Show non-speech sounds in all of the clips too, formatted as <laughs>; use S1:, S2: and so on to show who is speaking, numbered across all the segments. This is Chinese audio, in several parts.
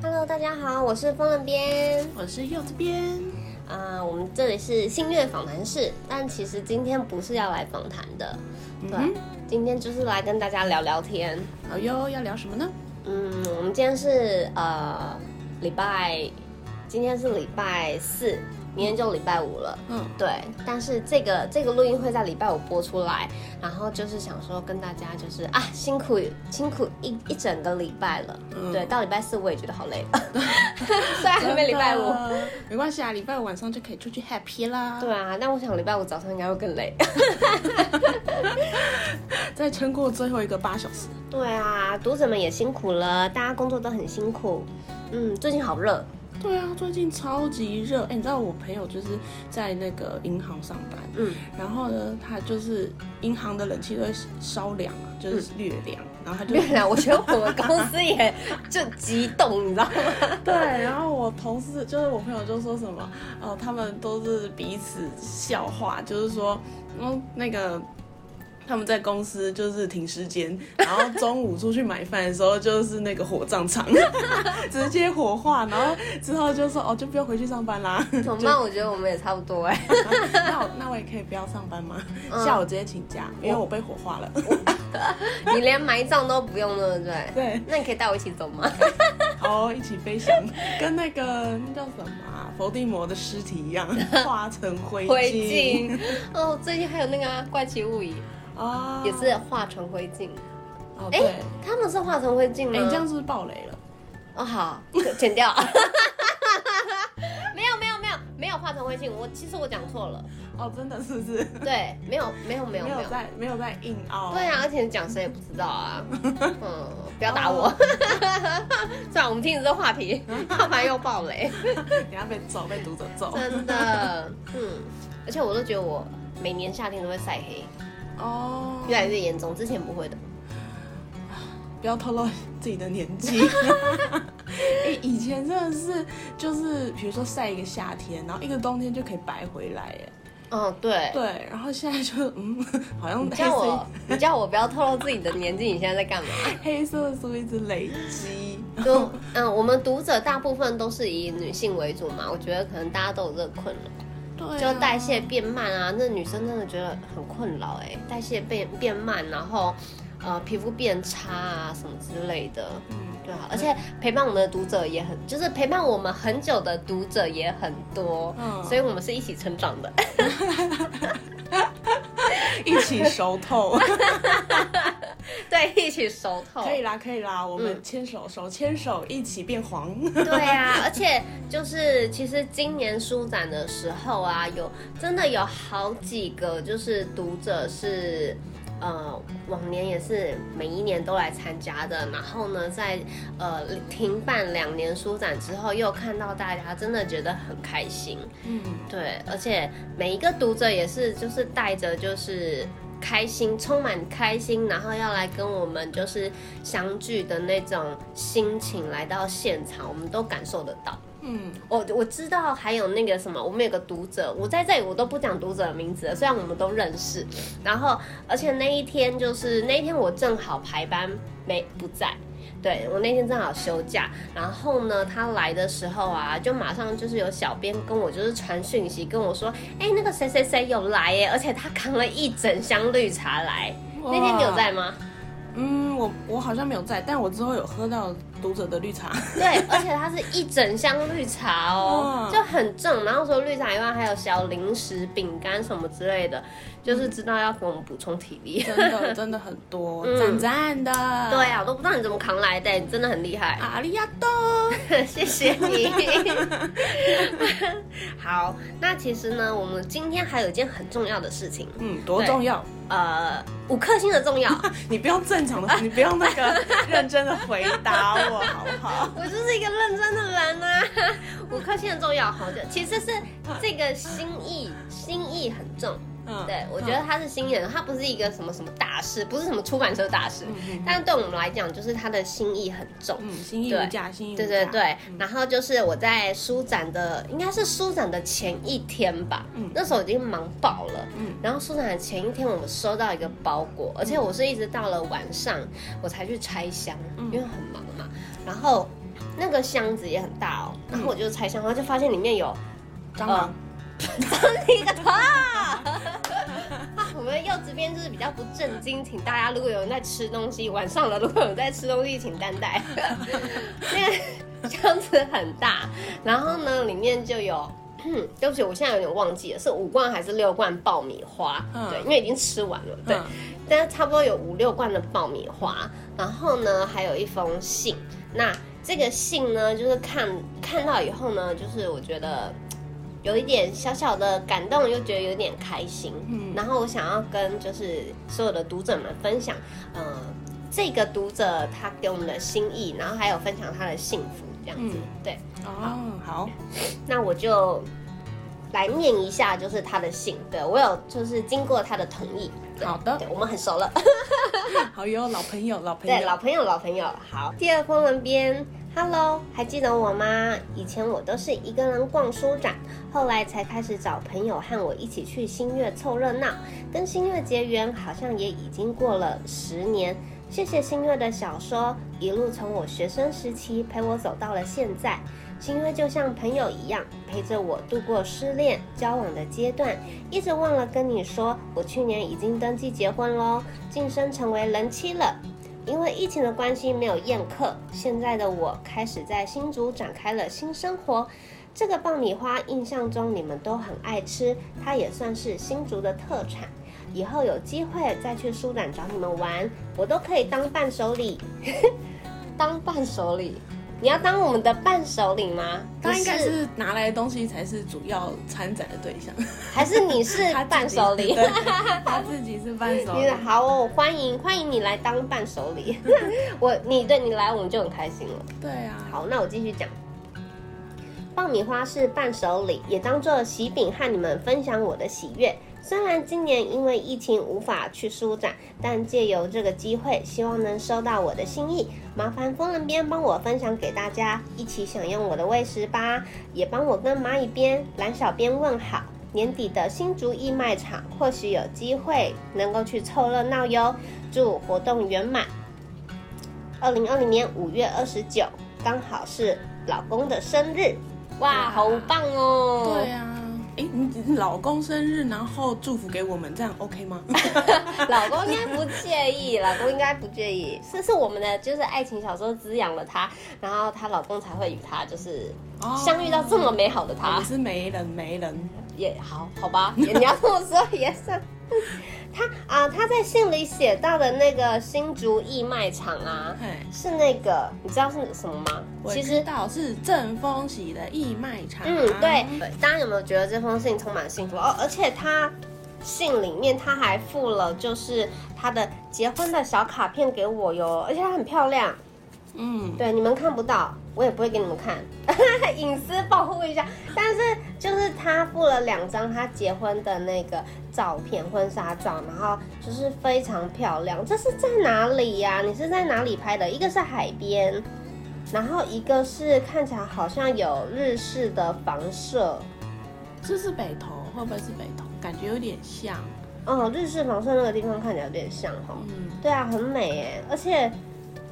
S1: Hello，大家好，我是风人边。
S2: 我是柚子边，
S1: 啊、我们这里是星月访谈室，但其实今天不是要来访谈的，对，
S2: 嗯哼
S1: 今天就是来跟大家聊聊天。
S2: 好哟，要聊什么呢？
S1: 嗯，我们今天是呃礼拜，今天是礼拜四，明天就礼拜五了。
S2: 嗯，
S1: 对，但是这个这个录音会在礼拜五播出来，然后就是想说跟大家就是啊辛苦辛苦一一整个礼拜了，
S2: 嗯
S1: 对，到礼拜四我也觉得好累了， <laughs> 虽然还没礼拜五，
S2: 真的 <laughs> 没关系啊，礼拜五晚上就可以出去 happy 啦。
S1: 对，啊，但我想礼拜五早上应该会更累。 <laughs>
S2: 再撑过最后一个八小时。
S1: 对啊，读者们也辛苦了，大家工作都很辛苦，嗯，最近好热，
S2: 对啊，最近超级热。哎、你知道我朋友就是在那个银行上班，
S1: <laughs> 嗯，
S2: 然后呢，他就是银行的冷气都会稍凉啊，
S1: 嗯
S2: 就是略凉，然后他就
S1: 原来我觉得我们公司也就激动，你知道 <laughs> 吗？
S2: 对，然后我同事就是我朋友就说什么，哦，他们都是彼此笑话，就是说，嗯，那个他们在公司就是停尸间，然后中午出去买饭的时候就是那个火葬场， <laughs> 直接火化，然后之后就说，哦，就不用回去上班啦。 <laughs>
S1: 怎么办？我觉得我们也差不多 <laughs> 哎、
S2: 那我那我也可以不要上班吗？
S1: 嗯
S2: 下午直接请假，因为我被火化
S1: <laughs>
S2: 了。
S1: 你连埋葬都不用，对不对？
S2: 对，
S1: 那你可以带我一起走吗？
S2: 好，一起飞翔，跟那个那叫什么、啊、伏地魔的尸体一
S1: <laughs>
S2: 样，化成灰烬。
S1: 灰烬哦，最近还有那个、啊《怪奇物语
S2: 啊》，
S1: 也是化成灰烬。
S2: 哦，
S1: 哎、
S2: 对，呃哎、
S1: 他们是化成灰烬吗？
S2: 你这样是不是爆雷了？
S1: 哦，好，剪掉。 <laughs> 没有没有没有没有化成灰烬，我其实我讲错了，
S2: 哦，真的是不是？
S1: 对，没有没有没有
S2: 没
S1: 没
S2: 有
S1: 有，
S2: 在没有在硬凹。
S1: 对啊，而且你讲谁也不知道啊，嗯，不要打我， <laughs> 算了，我们停止这话题，要不然又爆雷，
S2: 等一下被揍，被读者揍。
S1: 真的，嗯，而且我都觉得我每年夏天都会晒黑，
S2: 哦，
S1: 越来越严重，之前不会的，
S2: 不要透露自己的年 <laughs> 纪。哎，以前真的是就是，比如说晒一个夏天，然后一个冬天就可以白回来，哎，
S1: 嗯，对，
S2: 对，然后现在就嗯， <laughs> 好像
S1: 你
S2: 黑
S1: 叫
S2: 色
S1: 我，你叫我不要透露自己的年纪，你现在在干嘛？ <laughs>
S2: 黑色素一直累积，
S1: 就嗯，我们读者大部分都是以女性为主嘛，我觉得可能大家都有这个困扰，
S2: 对啊，
S1: 就代谢变慢啊，那女生真的觉得很困扰哎、代谢变变慢，然后呃皮肤变差啊什么之类的。
S2: 嗯，
S1: 对啊，而且陪伴我们的读者也很，就是陪伴我们很久的读者也很多，
S2: 嗯
S1: 所以我们是一起成长的。 <laughs>
S2: 一起熟 <laughs> 透。
S1: 对，一起熟透。
S2: 可以啦，可以啦，我们牵手手牵手一起变黄。
S1: 对啊，而且就是其实今年书展的时候啊，有真的有好几个就是读者是。呃，往年也是每一年都来参加的，然后呢，在呃停办两年书展之后，又看到大家真的觉得很开心，
S2: 嗯，
S1: 对，而且每一个读者也是就是带着就是开心，充满开心，然后要来跟我们就是相聚的那种心情来到现场，我们都感受得到。
S2: 嗯，
S1: 我我知道还有那个什么，我们有个读者，我在这里我都不讲读者的名字了，虽然我们都认识。然后，而且那一天就是那一天我正好排班没不在，对我那天正好休假。然后呢，他来的时候啊，就马上就是有小编跟我就是传讯息跟我说，哎、那个谁谁谁有来耶，而且他扛了一整箱绿茶来。那天你有在
S2: 吗？
S1: 吗？
S2: 嗯，我我好像没有在，但我之后有喝到读者的
S1: <laughs>
S2: 绿茶。
S1: 对，而且它是一整箱绿茶哦，
S2: 嗯
S1: 就很正。然后除了绿茶以外，还有小零食、饼干什么之类的，就是知道要给我们补充体力。
S2: 真的真的很多
S1: 嗯，
S2: 赞赞的。
S1: 对
S2: 对，
S1: 啊，我都不知道你怎么扛来的，你真的很厉害，
S2: 阿里亚多。
S1: 谢谢你。好，那其实呢，我们今天还有一件很重要的事情，
S2: 嗯，多重要！
S1: 呃，五颗星的重要。
S2: 你不用
S1: <laughs>
S2: 正常的，你不用那个 <laughs> 认真的回答我，好不
S1: <laughs>
S2: 好？
S1: 我就是一个认真的人呐、啊，五颗星很重要，好的，其实是这个心意，心意很重。
S2: 嗯，
S1: 对，我觉得他是新人，他不是一个什么什么大事，不是什么出版社大事，
S2: 嗯，
S1: 但是对我们来讲，就是他的心意很重。
S2: 嗯，心意
S1: 对
S2: 无价，心意无价。嗯
S1: 对对对，然后就是我在书展的，应该是书展的前一天吧，
S2: 嗯
S1: 那时候已经忙爆了。
S2: 嗯
S1: 然后书展的前一天，我们收到一个包裹，而且我是一直到了晚上我才去拆箱，
S2: 嗯
S1: 因为很忙嘛。然后那个箱子也很大哦，
S2: 嗯
S1: 然后我就拆箱，然后就发现里面有
S2: 蟑螂。
S1: 一个头。我们柚子边就是比较不正经，请大家如果有人在吃东西，晚上了如果有人在吃东西，请担待。 <laughs> 那个箱子很大，然后呢里面就有。对不起，我现在有点忘记了，是五罐还是六罐爆米花？
S2: 嗯
S1: 对，因为已经吃完了。对，
S2: 嗯
S1: 但是差不多有五六罐的爆米花，然后呢，还有一封信。那这个信呢，就是看看到以后呢，就是我觉得有一点小小的感动，又觉得有点开心。
S2: 嗯
S1: 然后我想要跟就是所有的读者们分享，呃，这个读者他给我们的心意，然后还有分享他的幸福这样子。
S2: 嗯
S1: 对，嗯
S2: 哦，
S1: <laughs>
S2: 好，
S1: 那我就来念一下，就是他的信。对我有就是经过他的同意。对
S2: 好的
S1: 对，我们很熟了。
S2: 好哟，老朋友，老朋
S1: 对，
S2: 友，
S1: 老朋友，老朋友，好。第二封文编，Hello，还记得我吗？以前我都是一个人逛书展，后来才开始找朋友和我一起去新月凑热闹。跟新月结缘，好像也已经过了十年。谢谢新月的小说，一路从我学生时期陪我走到了现在。新月就像朋友一样，陪着我度过失恋、交往的阶段，一直忘了跟你说，我去年已经登记结婚喽，晋升成为人妻了。因为疫情的关系，没有宴客。现在的我开始在新竹展开了新生活。这个爆米花，印象中你们都很爱吃，它也算是新竹的特产。以后有机会再去书展找你们玩，我都可以当伴手礼。 <laughs> 当伴手礼，你要当我们的伴手礼吗？
S2: 他应该
S1: 你
S2: 是拿来的东西才是主要参展的对象，
S1: 还是你是
S2: <laughs> 他自己
S1: 伴手礼？
S2: 对他自己是伴
S1: <laughs>
S2: 手
S1: 你
S2: 礼。
S1: 好哦，欢迎欢迎你来当伴手礼。 <laughs> 我你对你来，我们就很开心了。
S2: 对啊，
S1: 好，那我继续讲。爆米花是伴手礼，也当做喜饼和你们分享我的喜悦。虽然今年因为疫情无法去书展，但借由这个机会，希望能收到我的心意。麻烦风人编帮我分享给大家，一起享用我的喂食吧，也帮我跟蚂蚁编、蓝小编问好。年底的新竹义卖场，或许有机会能够去凑热闹哟。祝活动圆满！二零二零年五月二十九，刚好是老公的生日，哇，
S2: 哇
S1: 好棒哦！
S2: 对啊。哎，你你老公生日，然后祝福给我们，这样 OK
S1: <laughs>
S2: 吗？
S1: 老公应该不介意，老公应该不介意，这 <laughs> 是我们的就是爱情小说滋养了她，然后她老公才会与她就是相遇到这么美好的她
S2: 我，哦是媒人，媒人。
S1: 也好好吧， <laughs> 也你要这么说也算。 <laughs> 她啊，她在信里写到的那个新竹义卖场啊，
S2: 嘿，
S1: 是那个你知道是什么吗？
S2: 我
S1: 其
S2: 知
S1: 实
S2: 道是正风喜的义卖场。
S1: 嗯，对，大家有没有觉得这封信充满幸福哦？而且他信里面他还附了就是他的结婚的小卡片给我哟，而且它很漂亮。
S2: 嗯，
S1: 对，你们看不到，我也不会给你们看， <laughs> 隐私保护一下。但是就是他附了两张他结婚的那个照片，婚纱照，然后就是非常漂亮。这是在哪里呀、你是在哪里拍的？一个是海边，然后一个是看起来好像有日式的房舍。
S2: 这是北投，会不会是北投？感觉有点像。
S1: 哦，日式房舍那个地方看起来有点像哈。
S2: 嗯，
S1: 对啊，很美哎，而且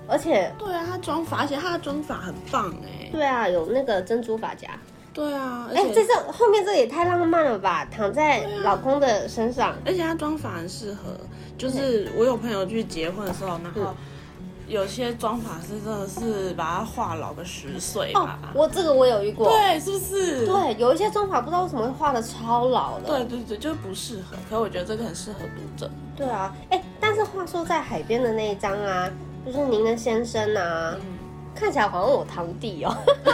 S1: 而且
S2: 对啊，他妆法，而且他的妆法很棒哎。
S1: 对啊，有那个珍珠发夹。
S2: 对啊，而
S1: 哎、
S2: 且
S1: 这是后面这也太浪漫了吧！躺在老公的身上，
S2: 而且他妆法很适合，就是我有朋友去结婚的时候，然
S1: 嗯
S2: 后有些妆法师真的是把他画老个十岁
S1: 哦
S2: 吧。，
S1: 我这个我有遇过。
S2: 啊对，是不是？
S1: 对，有一些妆法不知道为什么会画的超老的。
S2: 对对对，就是不适合。可我觉得这个很适合读者。
S1: 对啊，哎、但是话说在海边的那一张啊，就是您的先生啊，
S2: 嗯
S1: 看起来好像我堂弟哦、 <laughs>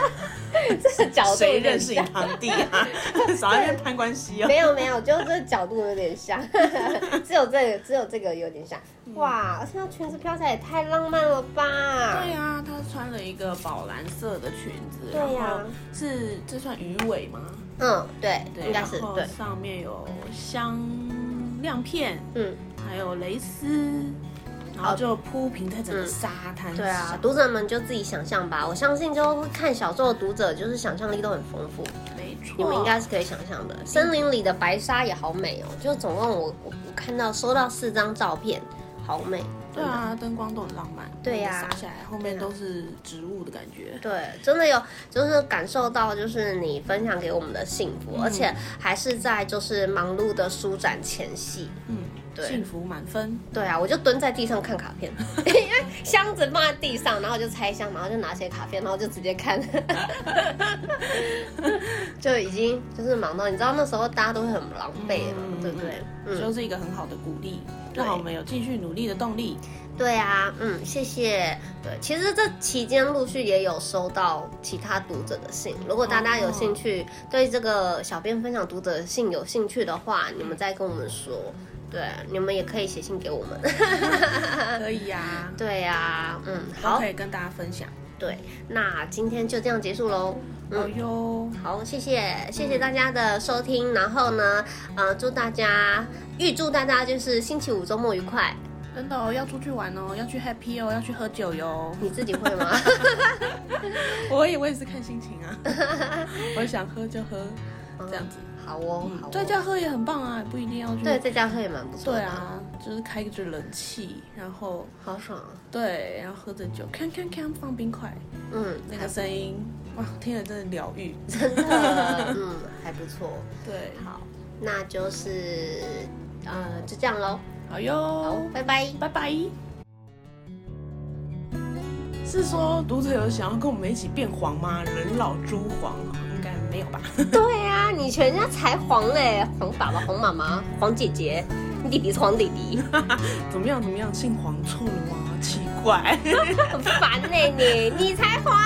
S1: 这个角度
S2: 谁
S1: 有点
S2: 认识你
S1: 像
S2: 堂弟啊？ <laughs> 少在那边攀关系哦。
S1: 没有没有，就是这角度有点像， <laughs> 只有这个只有这个有点像。
S2: 嗯
S1: 哇，而且那裙子飘起来也太浪漫了吧！
S2: <laughs> 对啊，她穿了一个宝蓝色的裙子，
S1: 对啊呀
S2: 然后是这算鱼尾吗？
S1: 嗯，对，
S2: 对，
S1: 应该是
S2: 然后
S1: 对，
S2: 上面有香亮片，
S1: 嗯。
S2: 还有蕾丝，然后就铺平在整个沙滩上。
S1: 哦嗯对啊，读者们就自己想象吧。我相信就看小说的读者，就是想象力都很丰富，
S2: 没错。
S1: 你们应该是可以想象的。森林里的哦白沙也好美哦，就总共我我我看到收到四张照片，好美。
S2: 对
S1: 真的。
S2: 啊，灯光都很浪漫，
S1: 对啊呀
S2: 洒下来后面都是植物的感觉。
S1: 对，真的有，就是感受到，就是你分享给我们的幸福，
S2: 嗯
S1: 而且还是在就是忙碌的舒展前夕。
S2: 嗯，
S1: 对
S2: 幸福满分。
S1: 对啊，我就蹲在地上看卡片， <laughs> 因为箱子放在地上，然后我就拆箱，然后就拿些卡片，然后就直接看， <laughs> 就已经就是忙到，你知道那时候大家都会很狼狈嘛，
S2: 嗯
S1: 对不对？嗯，
S2: 就是一个很好的鼓励，
S1: 对
S2: 让我们有继续努力的动力。
S1: 对啊，嗯，谢谢。对，其实这期间陆续也有收到其他读者的信，如果大
S2: 哦
S1: 家有兴趣、对这个小编分享读者的信有兴趣的话，你们再跟我们说。对，你们也可以写信给我们。<laughs>
S2: <laughs> 可以呀、
S1: 对呀、嗯，
S2: 都
S1: 好
S2: 可，以跟大家分享。
S1: 对，那今天就这样结束喽。
S2: 好
S1: 嗯，
S2: 哟，
S1: 好，谢谢，谢谢大家的收听。然后呢，呃，祝大家，预祝大家就是星期五周末愉快。
S2: 真的、哦、要出去玩哦，要去 happy 哦，要去喝酒哟。
S1: 你自己会吗？
S2: <laughs>
S1: <laughs>
S2: 我也我也是看心情 <laughs> 啊，我想喝就喝，这样子。
S1: 好哦，好哦。
S2: 在家喝也很棒啊，不一定要去。
S1: 对，在家喝也蛮不错的。
S2: 对，啊，就是开着冷气，然后
S1: 好爽啊。
S2: 对，然后喝着酒，看看看放冰块，
S1: 嗯，
S2: 那个声音，哇，听了真的疗愈。 <laughs>
S1: 真 <laughs> 的，嗯，还不错。
S2: 对，
S1: 好，那就是，呃，就这样喽。
S2: 好
S1: 好
S2: 哟，，
S1: 拜拜。
S2: 拜拜。是说读者有想要跟我们一起变黄吗？人老珠黄，啊应该没 <laughs> 有吧？
S1: 对呀、啊，你全家才黄嘞，黄爸爸、黄妈妈、黄姐姐，你弟弟是黄弟弟，
S2: 怎么样？怎么样？姓黄错了吗？奇怪。
S1: 很烦嘞你，你才黄。